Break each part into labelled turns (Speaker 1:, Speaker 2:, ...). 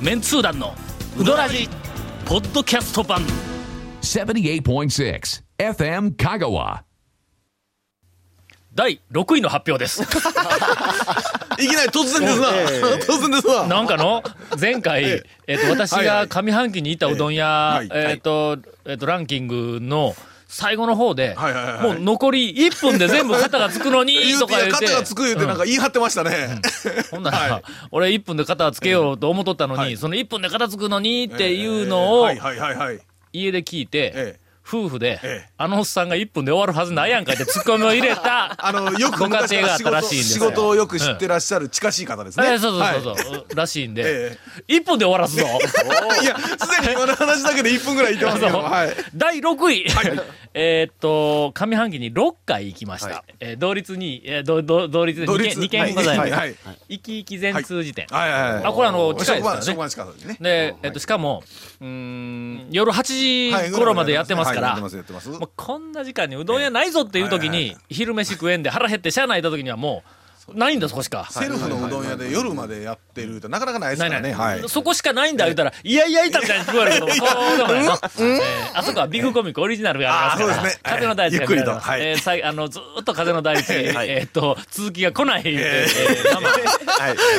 Speaker 1: メンツー団のウドラジポッドキャスト版
Speaker 2: 78.6 FM Kagawa.
Speaker 1: 第6位の発表です
Speaker 3: いきなり突然ですな。突然ですな。
Speaker 1: なんかの前回、えっと私
Speaker 3: はいは
Speaker 1: が
Speaker 3: い
Speaker 1: 上半期にいたうどん屋
Speaker 3: ええはい
Speaker 1: えっとえっとランキングの最後の方で
Speaker 3: はいはいはい
Speaker 1: もう残り1分で全部肩がつくのに
Speaker 3: 言
Speaker 1: と
Speaker 3: うて
Speaker 1: か言って
Speaker 3: 肩がつく言うてなんか言い張ってましたね。
Speaker 1: ほんなら、
Speaker 3: はい
Speaker 1: 俺1分で肩つけようと思っとったのに、
Speaker 3: ええはい
Speaker 1: その1分で肩つくのにっていうのを
Speaker 3: はいはいはいはい。
Speaker 1: 家で聞いて、
Speaker 3: ええ
Speaker 1: 夫婦で、
Speaker 3: ええ
Speaker 1: あのおっさんが1分で終わるはずないやんかってツッコミを入れた
Speaker 3: あの、よく
Speaker 1: ご家
Speaker 3: 昔
Speaker 1: 庭があ
Speaker 3: から
Speaker 1: ったら
Speaker 3: 仕事
Speaker 1: しいんです
Speaker 3: 仕
Speaker 1: よ
Speaker 3: 事をよく知ってらっしゃる近しい方ですね。
Speaker 1: えそうそうそうそう、らしいんで、
Speaker 3: え
Speaker 1: 一1分で終わ らすぞ
Speaker 3: はい。いや、すでに今の話だけで1分ぐらいいってますけ
Speaker 1: そ
Speaker 3: ど。
Speaker 1: う
Speaker 3: はい。
Speaker 1: 第6位、 えーっと上半期に6回行きました、えー同率に、えーどど同率で
Speaker 3: 同
Speaker 1: 2, 件
Speaker 3: 率
Speaker 1: 二件ございます、
Speaker 3: はいはいはい
Speaker 1: 行き行き全通辞典、
Speaker 3: はいはいはい。
Speaker 1: あこれあの近いですからね
Speaker 3: 職場職場の近くにね。
Speaker 1: で、えっと、しかも、うーん、夜
Speaker 3: は
Speaker 1: 8時
Speaker 3: い
Speaker 1: 頃までやってますか
Speaker 3: は
Speaker 1: ら、
Speaker 3: いやって
Speaker 1: も
Speaker 3: ますやってます
Speaker 1: うこんな時間にうどん屋ないぞっていう時
Speaker 3: はいはい
Speaker 1: に、昼飯食えんで腹減ってしゃあないた時にはもう、ないんだ、そこしか。
Speaker 3: セルフのうどん屋で夜までやってるってなかなかないです
Speaker 1: な
Speaker 3: か
Speaker 1: いな
Speaker 3: ら
Speaker 1: い、
Speaker 3: ね。はい。
Speaker 1: そこしかないんだ言うたら、いやいやいたみたいに聞こえるけども、そうでもないな、えーあそこはビッグコミックオリジナルがあります
Speaker 3: あ
Speaker 1: か
Speaker 3: ーそう
Speaker 1: ら、
Speaker 3: ですね
Speaker 1: 風の大地が
Speaker 3: ゆっくりと
Speaker 1: あります
Speaker 3: はい
Speaker 1: えーさいあの、ずーっと風の 大地、えーっと、続きが来ない、えー生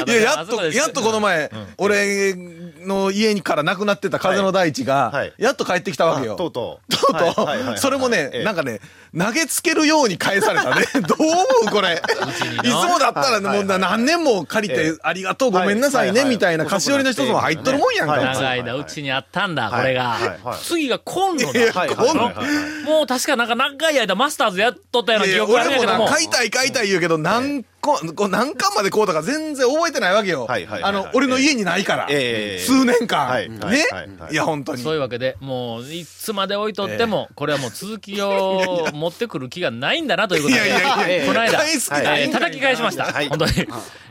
Speaker 3: いや、や
Speaker 1: あ
Speaker 3: っ、
Speaker 1: そことです
Speaker 3: やっとこの前、俺の家にからなくなってた風の大地
Speaker 4: は
Speaker 3: が、
Speaker 4: いはい
Speaker 3: やっと帰ってきたわけよ。
Speaker 4: とうとう。
Speaker 3: とうとう
Speaker 4: はいはいはいはい
Speaker 3: それもね、
Speaker 4: ええ
Speaker 3: なんかね、投げつけるように返された ね。どう思うこれ。いつもだったら、もうな何年も借り
Speaker 4: え
Speaker 3: て
Speaker 4: え、
Speaker 3: ありがとう、ごめんなさい
Speaker 4: はい
Speaker 3: ね、
Speaker 4: はい
Speaker 3: みたいな、菓子折りの一つも入っとるもんやん
Speaker 4: はい
Speaker 3: か。
Speaker 1: 長い間うちにあったんだ、これ
Speaker 4: は
Speaker 1: が
Speaker 4: いはい。
Speaker 1: 次がコンロだ。
Speaker 4: はいはいはいはい
Speaker 1: もう確かなんか長い間マスターズやっとったようない記
Speaker 3: や
Speaker 1: 憶があるん
Speaker 3: 俺
Speaker 1: や
Speaker 3: も
Speaker 1: けど
Speaker 3: な、
Speaker 1: も。
Speaker 3: 買いたい買いたい言うけど、何個、こう何巻までこうとか全然覚えてないわけよ。
Speaker 4: はいはいはいはい
Speaker 3: あの、俺の家にないから。
Speaker 4: ええ
Speaker 3: 数年間。
Speaker 4: はい
Speaker 3: ね、
Speaker 4: はいは
Speaker 3: い
Speaker 4: いはい
Speaker 3: や、本当に。
Speaker 1: そう いうわけで、もういつまで置いとっても、これはもう続きを持ってくる気がないんだなということで、
Speaker 3: いやいやいや
Speaker 1: この間、
Speaker 3: 返す気ないんだよ
Speaker 1: えー叩き返しました。
Speaker 4: はい
Speaker 1: 本当に。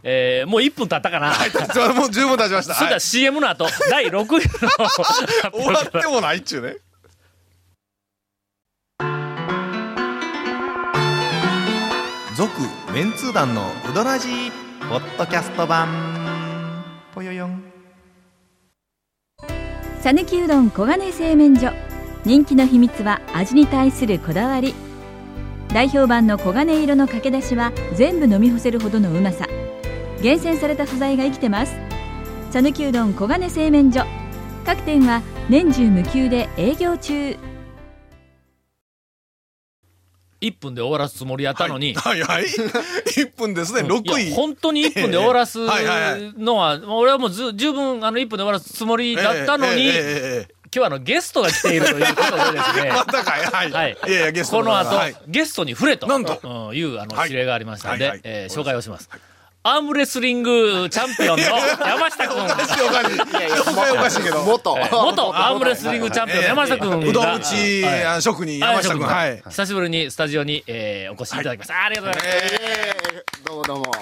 Speaker 1: えーもう1分経ったかな。そ
Speaker 3: すいませんもう十分経ちました。
Speaker 1: れで
Speaker 3: は
Speaker 1: はい CM の後、第6位の発
Speaker 3: 終わ
Speaker 1: 表
Speaker 3: っ
Speaker 1: から
Speaker 3: てもないっちゅうね。続メンツー団のうどらじ
Speaker 4: ポッドキャスト版。ぽよよん。
Speaker 5: さぬきうどん黄金製麺所人気の秘密は味に対するこだわり代表版の黄金色のかけだしは全部飲み干せるほどのうまさ厳選された素材が生きてますさぬきうどん黄金製麺所各店は年中無休で営業中
Speaker 1: 1分で終わらすつもりやったのに、
Speaker 3: はいはいはい。一分ですね、六
Speaker 1: い
Speaker 3: 位
Speaker 1: や。本当に1分で終わらす
Speaker 3: はいはいは
Speaker 1: のは、もう俺はもうず十分あの1分で終わらすつもりだったのに、
Speaker 3: えええ
Speaker 1: 今
Speaker 3: ええ
Speaker 1: 日はあのゲストが来ているということでです
Speaker 3: え
Speaker 1: ね
Speaker 3: ま。たかいはい。
Speaker 1: はい
Speaker 3: いやいやゲスト
Speaker 1: この
Speaker 3: 方
Speaker 1: 後、
Speaker 3: がはい
Speaker 1: ゲストに触れと
Speaker 3: なんと
Speaker 1: うんいうあの
Speaker 3: はい
Speaker 1: 指令がありましたので、
Speaker 3: はいはい
Speaker 1: えー紹介をします、アームレスリングチャンピオ ンの山下君
Speaker 3: おかしいおかしい。紹介おかしいけど。
Speaker 4: 元。
Speaker 1: 元アームレスリングチャンピオンの山下君が、
Speaker 3: うどん打ちあの職人山下君。は
Speaker 1: はいい。久しぶりにスタジオに、えーお越しいただきました、ありがとうございます、
Speaker 6: どうもどうも。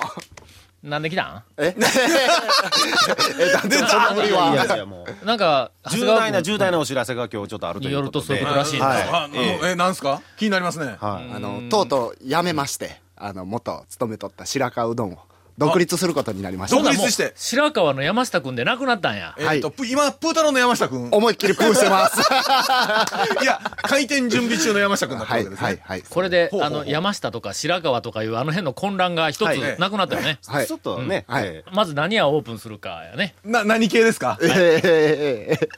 Speaker 1: なんで来たん
Speaker 6: ええ、なんでその無理
Speaker 4: いや
Speaker 6: は。
Speaker 4: いやもう。
Speaker 1: なんか
Speaker 4: 重
Speaker 1: 長
Speaker 4: 大な
Speaker 1: 谷川君
Speaker 4: 重大なお知らせが今日ちょっとあるということ
Speaker 1: によるとそうい
Speaker 4: で。
Speaker 1: うことらしいです
Speaker 4: はい
Speaker 3: あの
Speaker 4: ええ
Speaker 3: えなんすか気になりますね。
Speaker 4: はい
Speaker 6: あの、とうとう辞めまして、あの、元勤めとった白川うどんを独立することになりまし
Speaker 3: 独
Speaker 6: た。
Speaker 3: 立して。
Speaker 1: 白川の山下君で亡くなったんや
Speaker 3: えっと、ぷ今、プータローの山下君。
Speaker 6: 思いっきりプーしてます。
Speaker 3: いや、開店準備中の山下君だった
Speaker 6: は
Speaker 3: わ
Speaker 6: い
Speaker 3: けですね。
Speaker 6: はいはい。
Speaker 1: これで
Speaker 3: ほうほうほう
Speaker 1: あの山下とか白川とかいうあの辺の混乱が一
Speaker 4: は
Speaker 1: つ
Speaker 4: い
Speaker 1: なくなったよね、
Speaker 6: はい
Speaker 4: ちょっとね、
Speaker 6: はい
Speaker 4: え
Speaker 1: まず何屋をオープンするかやね
Speaker 3: な、何系ですか
Speaker 6: ええ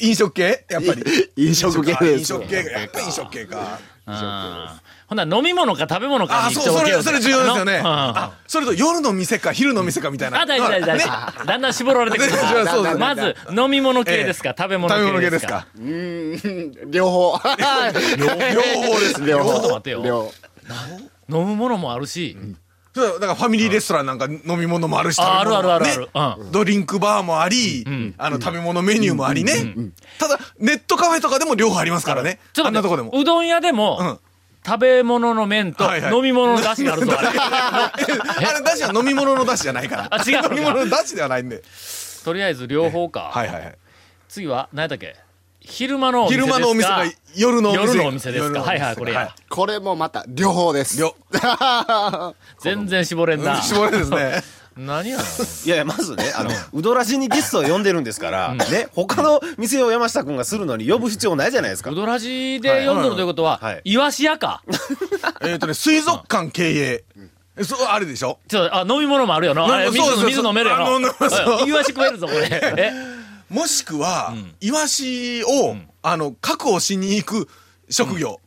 Speaker 3: 飲食系や っぱり。
Speaker 6: 飲食系で
Speaker 3: 飲
Speaker 6: す。
Speaker 3: 食系か。やっぱり飲食系か。
Speaker 1: あーほんなら飲み物か食べ物か
Speaker 3: あ、
Speaker 1: に
Speaker 3: そう、そ
Speaker 1: けよ
Speaker 3: れ、それ重要ですよね。
Speaker 1: うんあ
Speaker 3: あ、それと夜の店か昼の店かみたいな。
Speaker 1: 大事大事大
Speaker 3: ね
Speaker 1: 事だんだん絞られてくる
Speaker 3: ねそうそうそう
Speaker 1: まず飲み物系ですか食べ物
Speaker 3: 食べ物
Speaker 1: 系で
Speaker 3: 系ですす
Speaker 1: か
Speaker 3: か。
Speaker 6: 両方。両方です。両
Speaker 1: ちょっと待
Speaker 6: 方
Speaker 1: て。よ
Speaker 6: 両
Speaker 1: 飲むものもあるし
Speaker 3: そうだからファミリーレストランなんか飲み物もあるし、
Speaker 1: ああ
Speaker 3: 食べ
Speaker 1: るある
Speaker 3: 物も
Speaker 1: あるある
Speaker 3: ね
Speaker 1: うん
Speaker 3: ドリンクバーもあり、あの食べ物メニューもありね。ただ、ネットカフェとかでも両方ありますからね。
Speaker 1: ちょ
Speaker 3: あ
Speaker 1: っ
Speaker 3: ん
Speaker 1: と
Speaker 3: なとこ
Speaker 1: 待っ
Speaker 3: でも
Speaker 1: て。うどん屋で
Speaker 3: う
Speaker 1: も
Speaker 3: ん
Speaker 1: 食べ物の麺と
Speaker 3: はいはい
Speaker 1: 飲み物の出汁があるぞ あれ
Speaker 3: えあれ、だしは飲み物のだしじゃないから。
Speaker 1: あ違うのか
Speaker 3: 飲み物のだしではないんで。
Speaker 1: とりあえず両方か
Speaker 3: はいはいはい。
Speaker 1: 次は何やったっけ昼間のお店です
Speaker 3: 昼
Speaker 1: か
Speaker 3: 間のお店が夜のお店
Speaker 1: 夜のお店です
Speaker 3: 夜
Speaker 1: か
Speaker 3: のお
Speaker 1: は
Speaker 3: 店
Speaker 1: いはいこれや
Speaker 6: これもまた両方です。
Speaker 3: よ
Speaker 1: 全然絞れんな
Speaker 3: 絞れですね
Speaker 1: 何やの
Speaker 7: いやいや、まずね、あの、うどらじにゲストを呼んでるんですから、ね、他の店を山下君がするのに呼ぶ必要ないじゃないですか
Speaker 1: う。どらじで読んどるということは、
Speaker 7: はいはい
Speaker 1: イワシ屋か。
Speaker 3: えっとね、水族館経営。えそう、あれでしょ
Speaker 1: ちょっと、あ、飲み物もあるよな。
Speaker 3: な
Speaker 1: あれ水
Speaker 3: そうそうそう
Speaker 1: 水飲めるよな。
Speaker 3: あ飲んでます
Speaker 1: うんイワシ食えるぞ、 これ。え、
Speaker 3: もしくは
Speaker 1: ん、
Speaker 3: イワシを、あの、確保しに行く職業。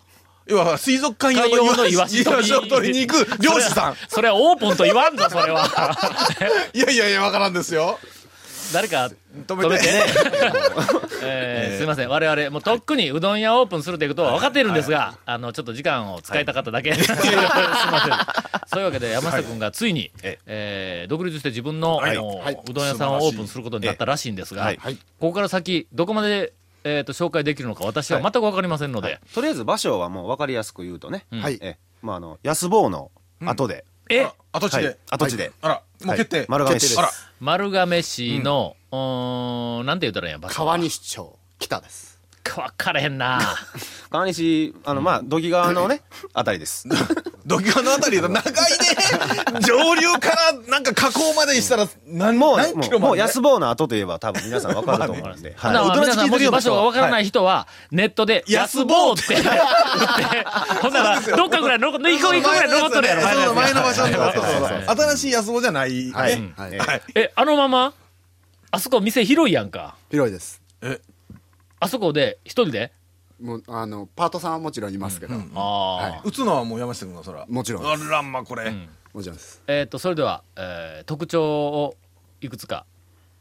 Speaker 3: 要は、水族館用
Speaker 1: 海洋
Speaker 3: の
Speaker 1: の
Speaker 3: イ
Speaker 1: イ
Speaker 3: ワ
Speaker 1: ワ
Speaker 3: シ
Speaker 1: シ
Speaker 3: イワシを取りに行く漁師さん。
Speaker 1: それはオープンと言わんぞ、それは。
Speaker 3: いやいやいや、わからんですよ。
Speaker 1: 誰か
Speaker 3: 止
Speaker 1: 止
Speaker 3: め
Speaker 1: め
Speaker 3: て
Speaker 1: て。 えーすいません。我々、もうとっくにうどん屋オープンするということは分かっているんですが、あの、ちょっと時間を使いたかっただけ。 すいません。そういうわけで、山下君がついに、
Speaker 7: え
Speaker 1: えー独立して自分の、
Speaker 7: はい
Speaker 1: あの
Speaker 6: はいう
Speaker 1: どん屋さんをオープンすることになったらしいんですが、
Speaker 7: ええ
Speaker 1: ここから先、どこまで、えーと紹介できるのか私は全く分かりませんので、
Speaker 7: とりあえず場所はもう分かりやすく言うとね、
Speaker 1: うん
Speaker 6: はい
Speaker 7: ええまああの安坊の後で、
Speaker 1: え
Speaker 3: 跡地
Speaker 7: はい
Speaker 3: で。
Speaker 7: 跡地で、
Speaker 3: あら、もう決
Speaker 7: は
Speaker 3: 定
Speaker 7: い。丸亀市
Speaker 3: 決定あら、
Speaker 1: 丸亀市の、うーん、なんて言ったらいいんや、場所
Speaker 6: 川西町北です
Speaker 1: 分からへんな。
Speaker 7: 川西あのまあ土器川のねあたりです
Speaker 3: 土器川のあたりだと長い ね上流からなんか河口までしたら何
Speaker 7: もう
Speaker 3: 何
Speaker 7: も
Speaker 3: キ
Speaker 7: う
Speaker 3: ロ
Speaker 7: も
Speaker 3: ま
Speaker 7: う
Speaker 3: で
Speaker 7: 安坊の後といえば多分皆さん分かると思うんで、
Speaker 1: ほな
Speaker 7: はい、
Speaker 1: 皆さん、もし場所がわからないい人は、ネットで、安坊って、打って、ほんなら、どっかぐらい残っ、一個一個ぐらい残っとるやろ、
Speaker 3: そう前の場所
Speaker 1: やつ
Speaker 3: の
Speaker 1: はい
Speaker 3: そうそう
Speaker 1: はい
Speaker 3: そう新しい安坊じゃない
Speaker 6: はい、
Speaker 3: ね
Speaker 6: はい
Speaker 3: はい
Speaker 1: え、あのまま、あそこ店広いやんか。
Speaker 6: 広いです
Speaker 3: え
Speaker 1: あそこで、一人で
Speaker 6: もうあのパートさんはもちろんいますけど、
Speaker 1: ああ。
Speaker 3: 打つのはもう山下君がそら
Speaker 6: もちろん
Speaker 3: あらまこれ
Speaker 6: もちろんです
Speaker 1: えっと、それでは、えー特徴を、いくつか。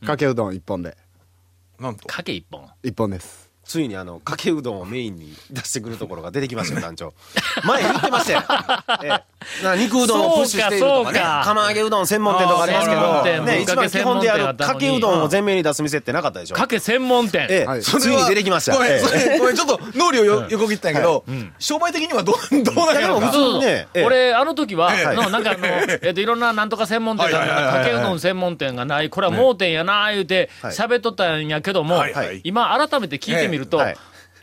Speaker 6: かけうどん一本で
Speaker 3: なんと
Speaker 1: かけ一本。
Speaker 6: 一本です
Speaker 7: ついにあのかけうどんをメインに出してくるところが出てきましたよ団長前言ってましたよ、ええ、な肉うどんをプッシュしているとか
Speaker 1: そ
Speaker 7: ね
Speaker 1: うかそうか
Speaker 7: 釜揚げうどん専門店とかありますけ
Speaker 1: あー専
Speaker 7: ど、
Speaker 1: 門店
Speaker 7: ね、一番基本であるかけうどんを前面に出す店ってなかったでしょ
Speaker 1: かけ専門店。
Speaker 7: ええ
Speaker 6: はい
Speaker 7: ついに出てきました
Speaker 3: ごめ
Speaker 7: え
Speaker 3: ん
Speaker 7: え
Speaker 3: それごめんちょっと脳裏をよ横切ったんやけど商売的にはどう どうなんやろう
Speaker 7: いやでも普
Speaker 1: そうそう
Speaker 3: か
Speaker 7: 通
Speaker 1: そう
Speaker 7: ねええ
Speaker 1: 俺、あの時は、
Speaker 3: ええ
Speaker 1: のなんかあの、えっと、いろんななんとか専門店があるの
Speaker 3: はい
Speaker 1: に、
Speaker 3: はいはい
Speaker 1: か
Speaker 3: はい
Speaker 1: けうどん専門店がない、これは盲点やな、言うて、
Speaker 7: はい
Speaker 1: 喋っとったんやけども、
Speaker 3: はいはい
Speaker 1: 今、改めて聞いてみると、
Speaker 7: はい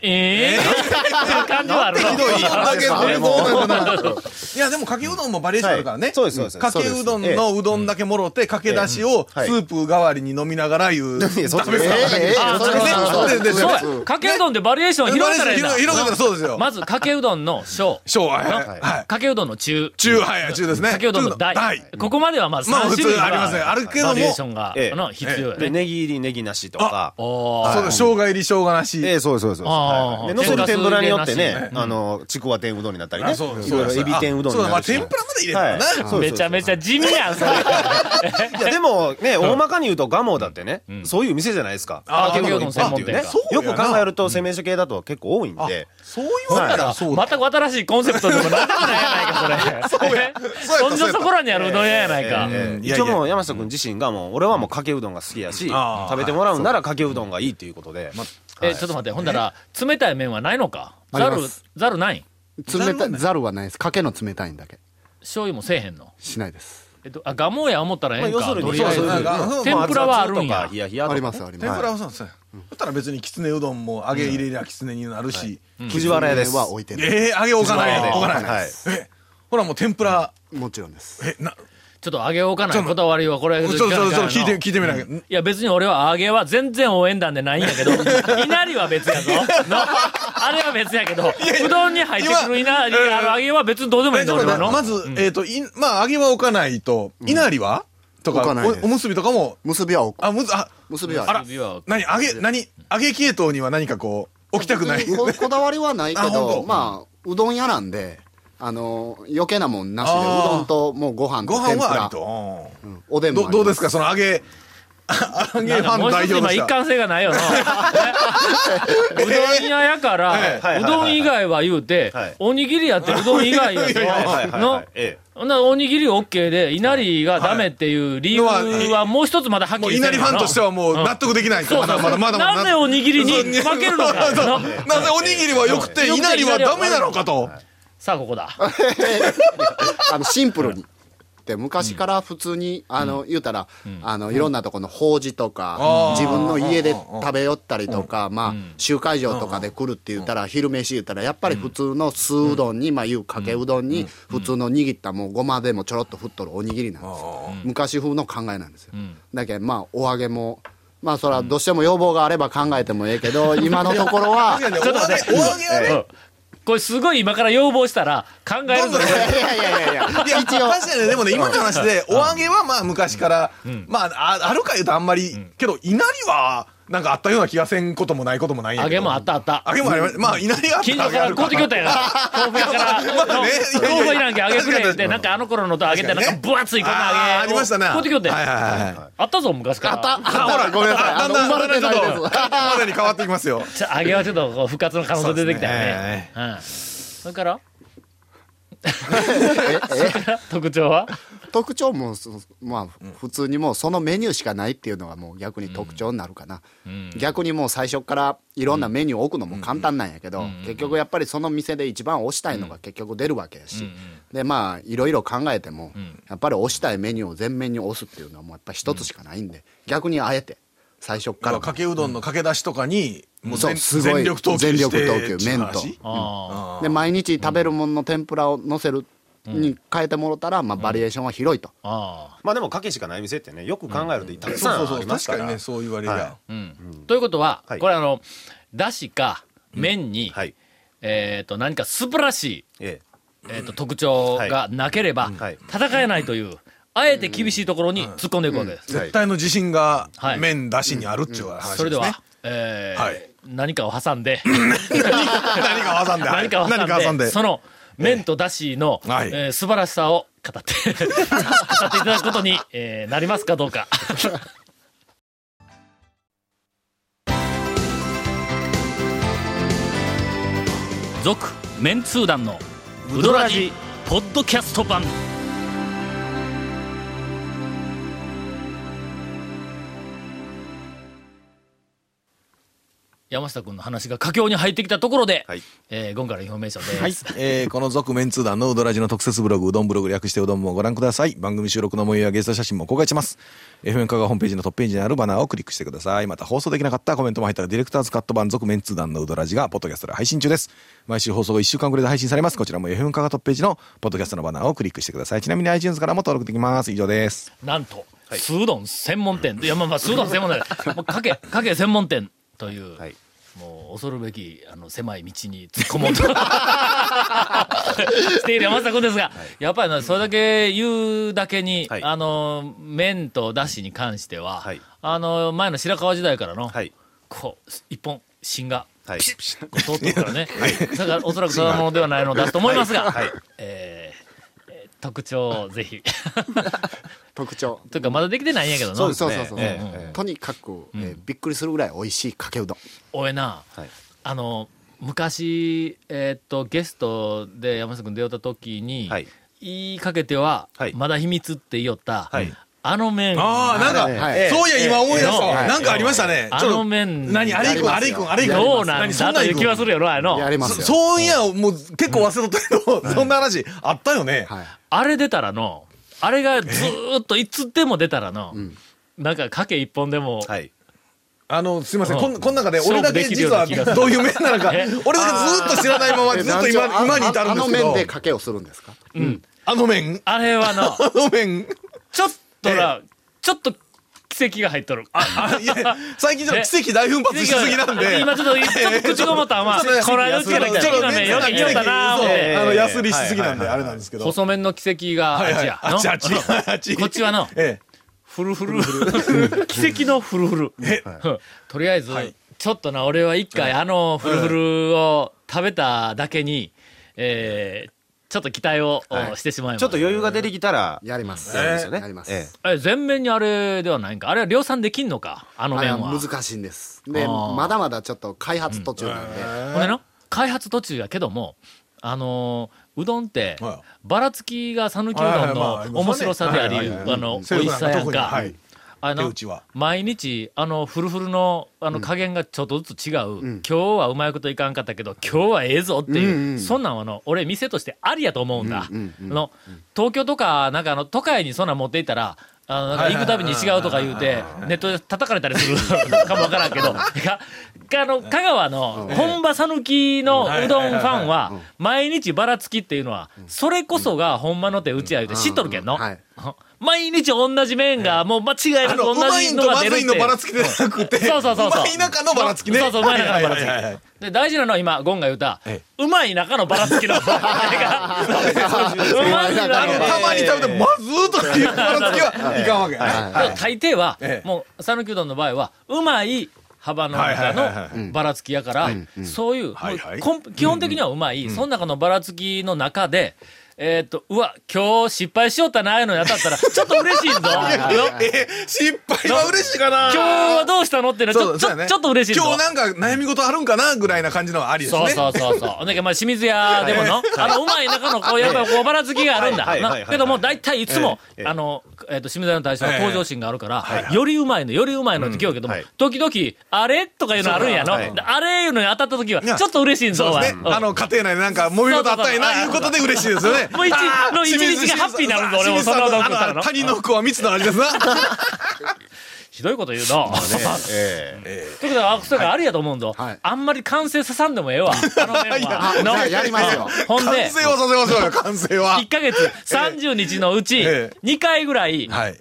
Speaker 1: ええー、っていう感じはあるな
Speaker 3: ひどい話ですね
Speaker 7: あれも
Speaker 3: そうなんだいやでもかけうどんもバリエーションあるからね、
Speaker 7: はいそうですそうです
Speaker 3: かけうどんのうどんだけもろてかけだしをス
Speaker 7: はい
Speaker 3: ープ代わりに飲みながらいう、
Speaker 7: いやそ
Speaker 3: ダ
Speaker 7: っち
Speaker 3: メですか
Speaker 7: ええええ
Speaker 1: あそれは
Speaker 3: そうですね
Speaker 6: そうです
Speaker 3: そうです
Speaker 1: そうや、かけうどんでバリエーション
Speaker 3: 広
Speaker 1: 広げたらいいんだ。
Speaker 3: 広げたらそうですよ、
Speaker 1: まず、かけうどんの小、
Speaker 3: 昭和はい、
Speaker 1: は
Speaker 3: はい、
Speaker 1: かけうどんの中、
Speaker 3: 中はいはい中ですね
Speaker 1: かけうどんの
Speaker 3: 中
Speaker 1: 大。ここまではまあ
Speaker 3: まあ
Speaker 1: 3種類
Speaker 3: 普通ありますね
Speaker 1: は
Speaker 3: あるけども
Speaker 1: バリエーションが、
Speaker 7: ええ
Speaker 1: あの必要や
Speaker 7: で
Speaker 1: ね。
Speaker 7: ネギ入りネギなしとか
Speaker 1: お
Speaker 3: そう
Speaker 1: ー
Speaker 3: だ生姜入り生姜なし、
Speaker 7: ええそうですそうですそうです
Speaker 1: あー
Speaker 7: はいで乗せる天ぷらによってね
Speaker 1: う
Speaker 7: あのちくわ天うどんになったりね
Speaker 3: あそう
Speaker 7: い
Speaker 3: そう
Speaker 7: ろいろ
Speaker 3: そう
Speaker 7: エビ天うどん
Speaker 3: そう
Speaker 7: に
Speaker 3: だ
Speaker 7: な
Speaker 3: ま
Speaker 7: っ
Speaker 3: あ
Speaker 7: たり
Speaker 3: 天
Speaker 7: ね
Speaker 3: ぷらまで入れた
Speaker 7: は
Speaker 3: ら
Speaker 7: い
Speaker 3: な、
Speaker 7: そうです
Speaker 1: めちゃめちゃ地味やん、それ。
Speaker 7: いやでもね大まかに言うと蒲生だってねそういう店じゃないですか
Speaker 3: あー
Speaker 7: かけうどん専門店
Speaker 1: あ
Speaker 7: が
Speaker 1: そう
Speaker 3: や
Speaker 7: よ
Speaker 3: な
Speaker 7: く考えると製麺所系だと結構多いんで
Speaker 3: そう言われたらそうだ、
Speaker 1: 全く新しいコンセプトでもなんでもないやないか、それ。そうや。
Speaker 3: そうやった
Speaker 1: そんじょそこらにあるうどん屋やないか。
Speaker 7: え
Speaker 3: うん
Speaker 7: え一応もう山下君自身がもう俺はもうかけうどんが好きやし
Speaker 3: あー
Speaker 7: 食べてもらうならかけうどんがいいっていうことで
Speaker 1: え、ちょっと待って、ほんだら、冷たい麺はないのか
Speaker 6: あり
Speaker 1: ざ
Speaker 6: ま
Speaker 1: る
Speaker 6: す、
Speaker 1: ざるない
Speaker 6: 冷たいざるはないですかけの冷たいんだけ
Speaker 1: 醤油もせえへんの。
Speaker 6: しないです
Speaker 1: えっと、あ、ガモや思ったらえ
Speaker 7: まあ
Speaker 1: えん
Speaker 7: 要す
Speaker 1: か。
Speaker 7: る
Speaker 1: と
Speaker 7: に
Speaker 1: りあえ
Speaker 3: そうそ
Speaker 1: ず。
Speaker 3: う
Speaker 1: 天ぷらはあるんや
Speaker 7: ま熱々とかひやひやとか
Speaker 6: ありますあり
Speaker 3: 天
Speaker 6: ま
Speaker 3: ぷ
Speaker 6: す
Speaker 3: らはそうですねだったら別にきつねうどんも揚げ入れりゃきつねになるし、
Speaker 7: 藤原屋です
Speaker 6: は置いてない
Speaker 3: ええ揚げ置かない
Speaker 7: 藤原屋で
Speaker 3: 置かない、
Speaker 7: はい
Speaker 3: えほらもう天ぷら、
Speaker 6: もちろんです
Speaker 3: えな
Speaker 1: ちょっと揚げおかないこだわりはこれ。
Speaker 3: ちょっとちょっと聞いて
Speaker 1: い
Speaker 3: 聞いてみなきゃ、ん
Speaker 1: や別に俺は揚げは全然応援団でないんやけど、いなりは別やぞ。のあれは別やけど、うどんに入ってくるいなり、
Speaker 3: 今
Speaker 1: あの揚げは別にどうでもいい
Speaker 3: え
Speaker 1: ん
Speaker 3: ち
Speaker 1: だ
Speaker 3: ょっと
Speaker 1: 俺
Speaker 3: 待
Speaker 1: は
Speaker 3: っ
Speaker 1: の。
Speaker 3: てまず、えっ、といまあ揚げは置かないといなりは、とか
Speaker 6: 置かないです
Speaker 3: おおむすびとかも
Speaker 6: 結びは置く
Speaker 3: あむずあ
Speaker 6: 結び
Speaker 1: あ
Speaker 6: は
Speaker 1: ら指は
Speaker 3: 何揚げ何揚げ系統には何かこう置きたくない
Speaker 6: 別にこ こだわりはないけ
Speaker 3: あほん
Speaker 6: ど
Speaker 3: と
Speaker 6: まあうどん屋なんであの余計なもんなしでう
Speaker 3: あー
Speaker 6: どんともうご飯
Speaker 3: ご
Speaker 6: と
Speaker 3: 飯
Speaker 6: 天ぷ
Speaker 3: はあ
Speaker 6: ら
Speaker 3: りと、うん
Speaker 6: おでんも
Speaker 3: ど
Speaker 6: あり
Speaker 3: どうですかそ の揚げ揚げ
Speaker 1: なんか
Speaker 3: ファン
Speaker 1: もう
Speaker 3: 代
Speaker 1: 一つ
Speaker 3: 表と
Speaker 1: 今
Speaker 3: し
Speaker 1: 一
Speaker 3: た
Speaker 1: 貫性がない よな。うどん屋やか
Speaker 3: え
Speaker 7: え
Speaker 1: ら、うどん以外は言うて
Speaker 7: はい、
Speaker 1: おにぎりやってうどん以外や
Speaker 3: いやい
Speaker 7: は
Speaker 1: ぞ
Speaker 7: いはいは
Speaker 1: の
Speaker 7: い。ええ
Speaker 1: ほんならおにぎり OK で、いなりがダメっていう理由はもう一つまだはっき
Speaker 3: もう
Speaker 1: り
Speaker 3: い
Speaker 1: し
Speaker 3: な
Speaker 1: て
Speaker 3: り
Speaker 1: る
Speaker 3: ファンとしてはもう納得できないと、まだまだまだまだ
Speaker 1: なぜおにぎりに
Speaker 3: そう
Speaker 1: 負けるのか
Speaker 3: そう
Speaker 1: の
Speaker 3: なぜおにぎりは良くて
Speaker 1: うん
Speaker 3: いなりはダメなのかと
Speaker 1: さあここだ
Speaker 6: あのシンプルにって昔から普通に、あの言うたら、あのいろんなとこの法事と
Speaker 3: あ
Speaker 6: か
Speaker 3: ー、
Speaker 6: 自分の家で食べよったりとか、まあ集会場とかで来るって言ったら、昼飯言ったらやっぱり普通の酢うどんに、まあいうかけうどんに普通の握ったもうごまでもちょろっと振っとるおにぎりなんですよ。昔風の考えなんですよ。だけどまあお揚げも。まあそれはどうしても要望があれば考えてもええけど、今のところ は、
Speaker 3: ちょっと待ってお揚げはね
Speaker 1: うんこれすごい今から要望したら考えるぞこれ
Speaker 6: い やいやいやいや、
Speaker 3: いや
Speaker 6: 一応
Speaker 3: 確かにねでもね今の話でお揚げはまあ昔から、まあああるか言うとあんまり、けど稲荷はなんかあったような気がせんこともないこともないんや
Speaker 1: 揚
Speaker 3: けど
Speaker 1: げもあったあった
Speaker 3: 揚げもありますまあ稲荷があった
Speaker 1: 近所から
Speaker 3: あ
Speaker 1: 買うてきよったんやな豆腐屋から
Speaker 3: まあねいやいや
Speaker 1: 豆腐いらんけん揚げくれってなんかあの頃のと揚げてなんか
Speaker 3: 確かにね
Speaker 1: 分厚いこんな揚げ
Speaker 3: あーありましたね
Speaker 1: 買うてきよったん
Speaker 3: はい
Speaker 1: や
Speaker 3: はいはいはい
Speaker 1: あったぞ昔から
Speaker 6: あった
Speaker 3: あほらごめんなさい
Speaker 6: あ
Speaker 3: だんだん
Speaker 6: 生まれてない
Speaker 3: だんだ
Speaker 6: で
Speaker 3: ん
Speaker 6: す
Speaker 3: ちょっとまでに変わっていきますよ
Speaker 1: ちょ揚げはちょっとこう復活の可能性出てきたよね。うん。それから 特徴は
Speaker 6: 特徴もそまあ普通にもうそのメニューしかないっていうのがもう逆に特徴になるかな、逆にもう最初からいろんなメニューを置くのも簡単なんやけど、結局やっぱりその店で一番推したいのが結局出るわけやし、でまあいろいろ考えても、やっぱり推したいメニューを全面に推すっていうのはもうやっぱ一つしかないんで、逆にあえて最初から
Speaker 3: かけうどんのかけ出しとかにもう
Speaker 6: そう
Speaker 3: 全
Speaker 6: すごい
Speaker 3: 全力投球して
Speaker 6: 全力投球麺と
Speaker 3: ちょっ話
Speaker 1: あ
Speaker 6: で毎日食べるものの天ぷらを乗せるに変えてもろたら、まあ、バリエーションは広いと。
Speaker 1: あ。あ
Speaker 7: まあでも賭けしかない店ってねよく考えるとたくさ
Speaker 3: そうんそ
Speaker 7: あ
Speaker 3: うそ
Speaker 7: り
Speaker 3: う
Speaker 7: ます
Speaker 3: 確
Speaker 7: か
Speaker 3: からにねそう言われりゃ、
Speaker 7: は
Speaker 1: あ。ということは
Speaker 7: はい
Speaker 1: これあのだしか麺に
Speaker 7: はい
Speaker 1: えっと何か素晴らしい
Speaker 7: え
Speaker 1: えっと特徴がなければ
Speaker 7: はい
Speaker 1: 戦えないというあえて厳しいところに突っ込んでいくわけです
Speaker 7: え。は
Speaker 3: 絶
Speaker 7: い
Speaker 3: 対の自信が
Speaker 1: はい
Speaker 3: 麺出しにあるっていう話
Speaker 1: それで
Speaker 3: ですね
Speaker 1: はえー
Speaker 3: はい
Speaker 1: 何かを挟んで。
Speaker 3: 何か挟んで
Speaker 1: 何かを挟んでその麺とだしの、え
Speaker 3: はい
Speaker 1: ー素晴らしさを語って 語っていただくことに、えーなりますかどうか続メンツー団のウドラジポッドキャスト版山下君の話が佳境に入ってきたところで、
Speaker 7: はい
Speaker 1: えー、ゴンからインフォメーションです、
Speaker 3: はい、えーこの続面通談のうどらじの特設ブログ、うどんブログ略してうどんもご覧ください。番組収録の模様やゲスト写真も公開します。FM 香川ホームページのトップページにあるバナーをクリックしてください。また放送できなかったコメントも入ったらディレクターズカット版続面通談のうどらじがポッドキャストで配信中です。毎週放送が1週間くらいで配信されます。こちらも FM 香川トップページのポッドキャストのバナーをクリックしてください。ちなみに iTunes からも登録できます。以上です。
Speaker 1: なんと、スードン専門店。いや、まあまあ、スードン専門 店。もう、かけ、かけ専門店という、
Speaker 7: はい
Speaker 1: もう、恐るべき、あの、狭い道に突っ込 もうと。している山下君ですが、やっぱりね、それだけ言うだけに、
Speaker 7: はい
Speaker 1: あの、麺とだしに関しては、
Speaker 7: はい
Speaker 1: あの、前の白川時代からの、
Speaker 7: はい
Speaker 1: こう、一本、芯が、
Speaker 7: はい
Speaker 1: ピシッピシッこう通ってるから ね。だから、おそらくそのものではないのだと思いますが、
Speaker 7: はいはい
Speaker 1: えーえー特徴をぜひ。
Speaker 6: 特徴
Speaker 1: というかまだできてないんやけどな。
Speaker 7: そうです
Speaker 6: そう
Speaker 7: ね
Speaker 6: そうそう、
Speaker 7: ええええ
Speaker 6: とにかく、えーびっくりするぐらい美味しいかけうどん
Speaker 1: おえな、
Speaker 7: はい
Speaker 1: あの昔、えーっとゲストで山下君出会った時に、
Speaker 7: はい
Speaker 1: 言いかけては、
Speaker 7: はい
Speaker 1: まだ秘密って言いよった、
Speaker 7: はい
Speaker 1: あの面
Speaker 3: なんか、
Speaker 6: はい
Speaker 3: そういや、今思い出したわ
Speaker 1: ええ
Speaker 3: なんかありましたね
Speaker 1: あ
Speaker 3: ちょっと
Speaker 1: の面
Speaker 3: 何あれいくん、あれいくん、あれいくん。
Speaker 1: どうなん
Speaker 3: 何そ
Speaker 1: だと
Speaker 3: ないいうくん
Speaker 1: 気はするやろあれの
Speaker 6: やります
Speaker 3: そ
Speaker 6: よ
Speaker 3: そういや、もう結構忘れとったけど、そんな話あったよね。
Speaker 6: はい
Speaker 1: あれ出たらのあれがずーっといつでも出たらの、なんか賭け一本でも、
Speaker 7: はい
Speaker 3: あの、すいません、
Speaker 1: うん
Speaker 3: こんこの中で
Speaker 1: 勝
Speaker 3: 俺
Speaker 1: 負
Speaker 3: だけ
Speaker 1: できるよう
Speaker 3: 実
Speaker 1: な
Speaker 3: は
Speaker 1: 気がする
Speaker 3: どういう面なのか
Speaker 1: え、
Speaker 3: 俺だけずっと知らないまま、ずっと今
Speaker 6: 団長あ
Speaker 3: 今に至るんですけ
Speaker 6: ああの面で
Speaker 3: ど、
Speaker 6: かけをするんですか
Speaker 3: あの面、
Speaker 1: あれは の
Speaker 3: あの面、
Speaker 1: ちょっとな、ちょっと奇跡が入っとる
Speaker 3: あいや最近ちょっと奇跡大奮発しすぎなんで、
Speaker 1: 今ちょっと、ちょっと口ごもったまあ、この間つけた奇跡のね、よく言ったな、思
Speaker 3: そう
Speaker 1: っ
Speaker 3: あの、
Speaker 1: て。
Speaker 3: やすりしすぎなんで、あれなんですけど。
Speaker 1: 細麺の奇跡が、
Speaker 3: はいはい
Speaker 1: あ
Speaker 3: あ
Speaker 1: っ
Speaker 3: っ
Speaker 1: ち
Speaker 3: ち
Speaker 1: やの
Speaker 3: あっちあっち
Speaker 1: こっちはの、
Speaker 3: え
Speaker 1: フルフル。奇跡のフルフル。うんとりあえず
Speaker 3: はい、
Speaker 1: ちょっとな、俺は一回あのフルフルを食べただけに、えーちょっと期待を
Speaker 7: はい
Speaker 1: してしまいま
Speaker 7: ちょ
Speaker 1: す
Speaker 7: っと。余裕が出てきたら
Speaker 6: やります
Speaker 7: やるんですよね
Speaker 6: やります
Speaker 7: ええ
Speaker 1: え、全面にあれではないんか。あれは量産できんのか、あの
Speaker 6: あれ
Speaker 1: 麺
Speaker 6: は
Speaker 1: は。
Speaker 6: 難しいんですで
Speaker 1: あー
Speaker 6: まだまだちょっと開発途中なんで、
Speaker 1: ほんでな、開発途中やけども、あのーうどんって
Speaker 3: は、
Speaker 1: ばらつきが讃岐う
Speaker 3: はい
Speaker 1: どん
Speaker 3: はいまああります
Speaker 1: の
Speaker 3: ね
Speaker 1: 面白さであり、
Speaker 3: はいはいはい
Speaker 1: あの、美
Speaker 3: 西
Speaker 1: 味
Speaker 3: 武
Speaker 1: し
Speaker 3: な
Speaker 1: さ
Speaker 3: んか
Speaker 1: やん
Speaker 3: 特に
Speaker 1: か
Speaker 3: はい。
Speaker 1: あれな
Speaker 3: 手打ちは
Speaker 1: 毎日あのフルフルのあの加減がちょっとずつ違う、今日はうまいこといかんかったけど今日はええぞっていう、そんなんはあの俺店としてありやと思うんだ、あの東京とかなんかあの都会にそんなん持っていったらあのなんか行くたびに違うとか言うてネットで叩かれたりする かもわからんけ どががあの香川の本場讃岐のうどんファンは毎日ばらつきっていうのはそれこそがほんまの手打ちや言うて知っとるけんの。
Speaker 6: はい
Speaker 1: 毎日同じ麺が、もう間違いな
Speaker 3: あ
Speaker 1: く
Speaker 3: の、う
Speaker 1: 同
Speaker 3: まい
Speaker 1: じ
Speaker 3: ん
Speaker 1: の
Speaker 3: と
Speaker 1: が
Speaker 3: ま
Speaker 1: 出るっ
Speaker 3: ずい
Speaker 1: て。
Speaker 3: のばらつきで はなくて、
Speaker 1: そうそうそうそう
Speaker 3: まい中のばらつきね。
Speaker 1: そうそううまい中のば らつき
Speaker 3: はいはいはいはい
Speaker 1: で、大事なのは今、ゴンが言うた
Speaker 3: え、
Speaker 1: うまい中のばらつき の。あれがうまい中のば
Speaker 3: あの、
Speaker 1: らつ
Speaker 3: たまに食べて、まずーとかいうばらつきはいかんわけ。
Speaker 1: き。でも大抵は
Speaker 3: え、え
Speaker 1: もう、讃岐うどんの場合は、うまい幅の中
Speaker 3: はいはいはい
Speaker 1: のばらつきやから、そういう、もう
Speaker 3: はいはい
Speaker 1: こん基本的にはうまい、その中のばらつきの中で、えーっと、うわ、今日失敗しよったな、ああいうのに当たったら、ちょっと嬉し いぞ。
Speaker 3: えー失敗は嬉しいかな
Speaker 1: 今日はどうしたのっていうのはち
Speaker 3: そ
Speaker 1: ょち
Speaker 3: うそうや
Speaker 1: ょ
Speaker 3: ね
Speaker 1: ちょっと嬉しいぞ
Speaker 3: 今日なんか悩み事あるんかなぐらいな感じのはありです
Speaker 1: そう
Speaker 3: ね。
Speaker 1: そうそうそう。ほんでまあ清水屋でもの、あの、うまい中の、こう、やっぱりこう、ばらつきがあるんだ。
Speaker 7: はいはいはい
Speaker 1: なけども、大体いつも
Speaker 7: え、え
Speaker 1: あの、えっと、清水屋の大将は向上心があるから、
Speaker 3: え
Speaker 1: よりうまいの、よりうまいのって今日けども
Speaker 7: はい、
Speaker 1: 時々、あれとかいうのあるんやの。
Speaker 7: そうなん
Speaker 1: であれいうのに当たった時は、
Speaker 3: いや
Speaker 1: ちょっと嬉しいんぞ、
Speaker 3: そう
Speaker 1: お前
Speaker 3: ですね。
Speaker 1: うん
Speaker 3: あの、家庭内でなんか、揉み事あったりな、いうことで嬉しいですよね。
Speaker 1: もう一
Speaker 3: あー
Speaker 1: もう一
Speaker 3: 清水
Speaker 1: 日がハッピーになるぞ俺も
Speaker 3: 清水さん
Speaker 1: そ
Speaker 3: の
Speaker 1: んなことだったら
Speaker 3: あの他人の子は蜜の味ですな。
Speaker 1: ひどいこと言うの。
Speaker 7: ええ
Speaker 1: ということは、あそれがあるやと思うんぞ
Speaker 6: はい。
Speaker 1: あんまり完成ささんでもええわ。あの面は
Speaker 6: いや
Speaker 1: の
Speaker 6: いややりますよ
Speaker 1: ほん
Speaker 3: 完
Speaker 1: で、
Speaker 3: 成をさせましょうよ、完成は
Speaker 1: 1。ヶ月30日のうち
Speaker 3: ええ、
Speaker 1: 2回ぐらい、
Speaker 3: はい。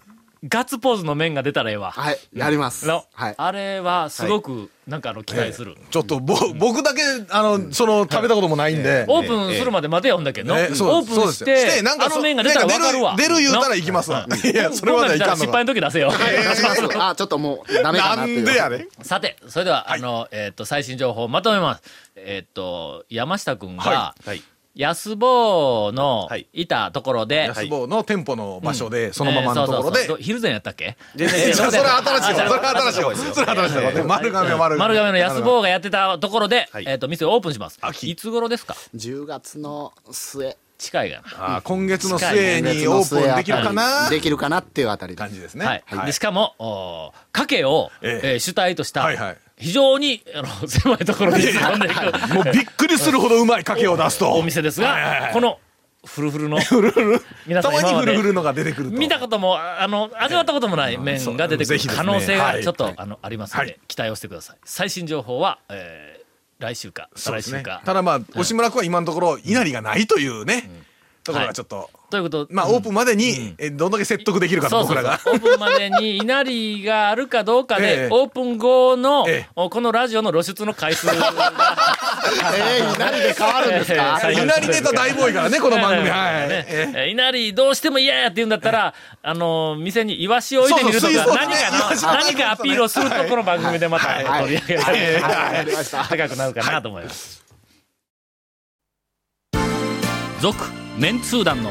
Speaker 1: ガッツポーズの面が出たらええわ。
Speaker 6: はいやります
Speaker 1: の、
Speaker 6: はい
Speaker 1: あれはすごくなんかあの期待する、
Speaker 3: ちょっと、ぼ、僕だけ、あの、その、食べたこともないんで。
Speaker 1: オープンするまで待てよんだけど、
Speaker 3: ねそう
Speaker 1: オープンしてあの面が出たら分かるわ
Speaker 3: 出る出る言うたら
Speaker 1: い
Speaker 3: 行きますわ。いや、それまではいかんの
Speaker 1: 失敗の
Speaker 3: か。
Speaker 1: 時出せよ、
Speaker 6: 出しますあちょっともうダメか
Speaker 3: な
Speaker 6: なってい
Speaker 3: ん
Speaker 6: う
Speaker 3: でやね。
Speaker 1: さてそれでは、あの、えっと最新情報をまとめますえっ、と山下君が、
Speaker 3: は
Speaker 7: はい。
Speaker 1: 安坊の
Speaker 7: はい
Speaker 1: いたところで、
Speaker 3: 安坊の店舗の場所で、そのまま
Speaker 1: えー
Speaker 3: の
Speaker 1: そう
Speaker 3: と
Speaker 1: そう
Speaker 3: ころ
Speaker 1: そう
Speaker 3: で
Speaker 1: ど。昼前やったっけ
Speaker 7: 全然
Speaker 1: えー
Speaker 7: 違う
Speaker 3: じゃあそれ新しいよ。それ新しいよ。それ新しいよ。丸亀は丸亀。
Speaker 1: 丸亀の安坊がやってたところで、
Speaker 7: はい
Speaker 1: えっ、と店をオープンします
Speaker 3: 秋
Speaker 1: いつ頃ですか
Speaker 6: 10月の末
Speaker 1: 近いがな
Speaker 3: あー今月の末にオープンできるかな
Speaker 6: できるかなっていうあたりで
Speaker 3: 感じですね。
Speaker 1: はい
Speaker 3: はい
Speaker 1: でしかも、お家計を、
Speaker 3: え
Speaker 1: え
Speaker 3: え
Speaker 1: ー主体とした、
Speaker 3: はいはい
Speaker 1: 非常にあの 狭いところに住んでいく
Speaker 3: もうびっくりするほどうまい賭けを出すと。
Speaker 1: お店ですが、
Speaker 3: はいはいはい
Speaker 1: このフルフル の皆
Speaker 3: た
Speaker 1: さん
Speaker 3: まに
Speaker 1: 今ま
Speaker 3: フルフ
Speaker 1: で
Speaker 3: ルのが出てくると。
Speaker 1: 見たこともあの味わったこともない面が出てく
Speaker 3: ぜ
Speaker 1: る
Speaker 3: ひですね
Speaker 1: 可能性
Speaker 3: は
Speaker 1: が
Speaker 3: い
Speaker 1: ちょっと、あのありますので、
Speaker 3: はい
Speaker 1: 期待をしてください最新情報は、えー来週か
Speaker 3: そう
Speaker 1: 再
Speaker 3: で
Speaker 1: 来
Speaker 3: す
Speaker 1: 週
Speaker 3: ね
Speaker 1: か。
Speaker 3: ただまあ、押村区は今のところ、稲荷がないというね、ところがちょっと、
Speaker 1: ということ
Speaker 3: まあ、オープンまでに、えどんだけ説得できるかと、
Speaker 1: そう
Speaker 3: 僕
Speaker 1: そう
Speaker 3: ら
Speaker 1: そうオ
Speaker 3: が。
Speaker 1: ープンまでに稲荷があるかどうか
Speaker 3: え
Speaker 1: で
Speaker 3: え、
Speaker 1: オープン後の、
Speaker 3: ええ
Speaker 1: おこのラジオの露出の回 数が
Speaker 6: えー、何で変わるんですか
Speaker 1: えー
Speaker 3: 稲荷ネタ大ボーイからね、この番組。はい。
Speaker 1: ね
Speaker 3: えー
Speaker 1: えいなりどうしても嫌やって言うんだったら、あのー、店にイワシを置いてみるとか、
Speaker 3: そうそう水槽
Speaker 1: 何
Speaker 3: ね
Speaker 1: か
Speaker 3: イワシ
Speaker 1: な、何かアピールをするとこの番組でまた取り上げられる
Speaker 6: わかりました
Speaker 1: 高くなるかなと思います。続、メンツー団の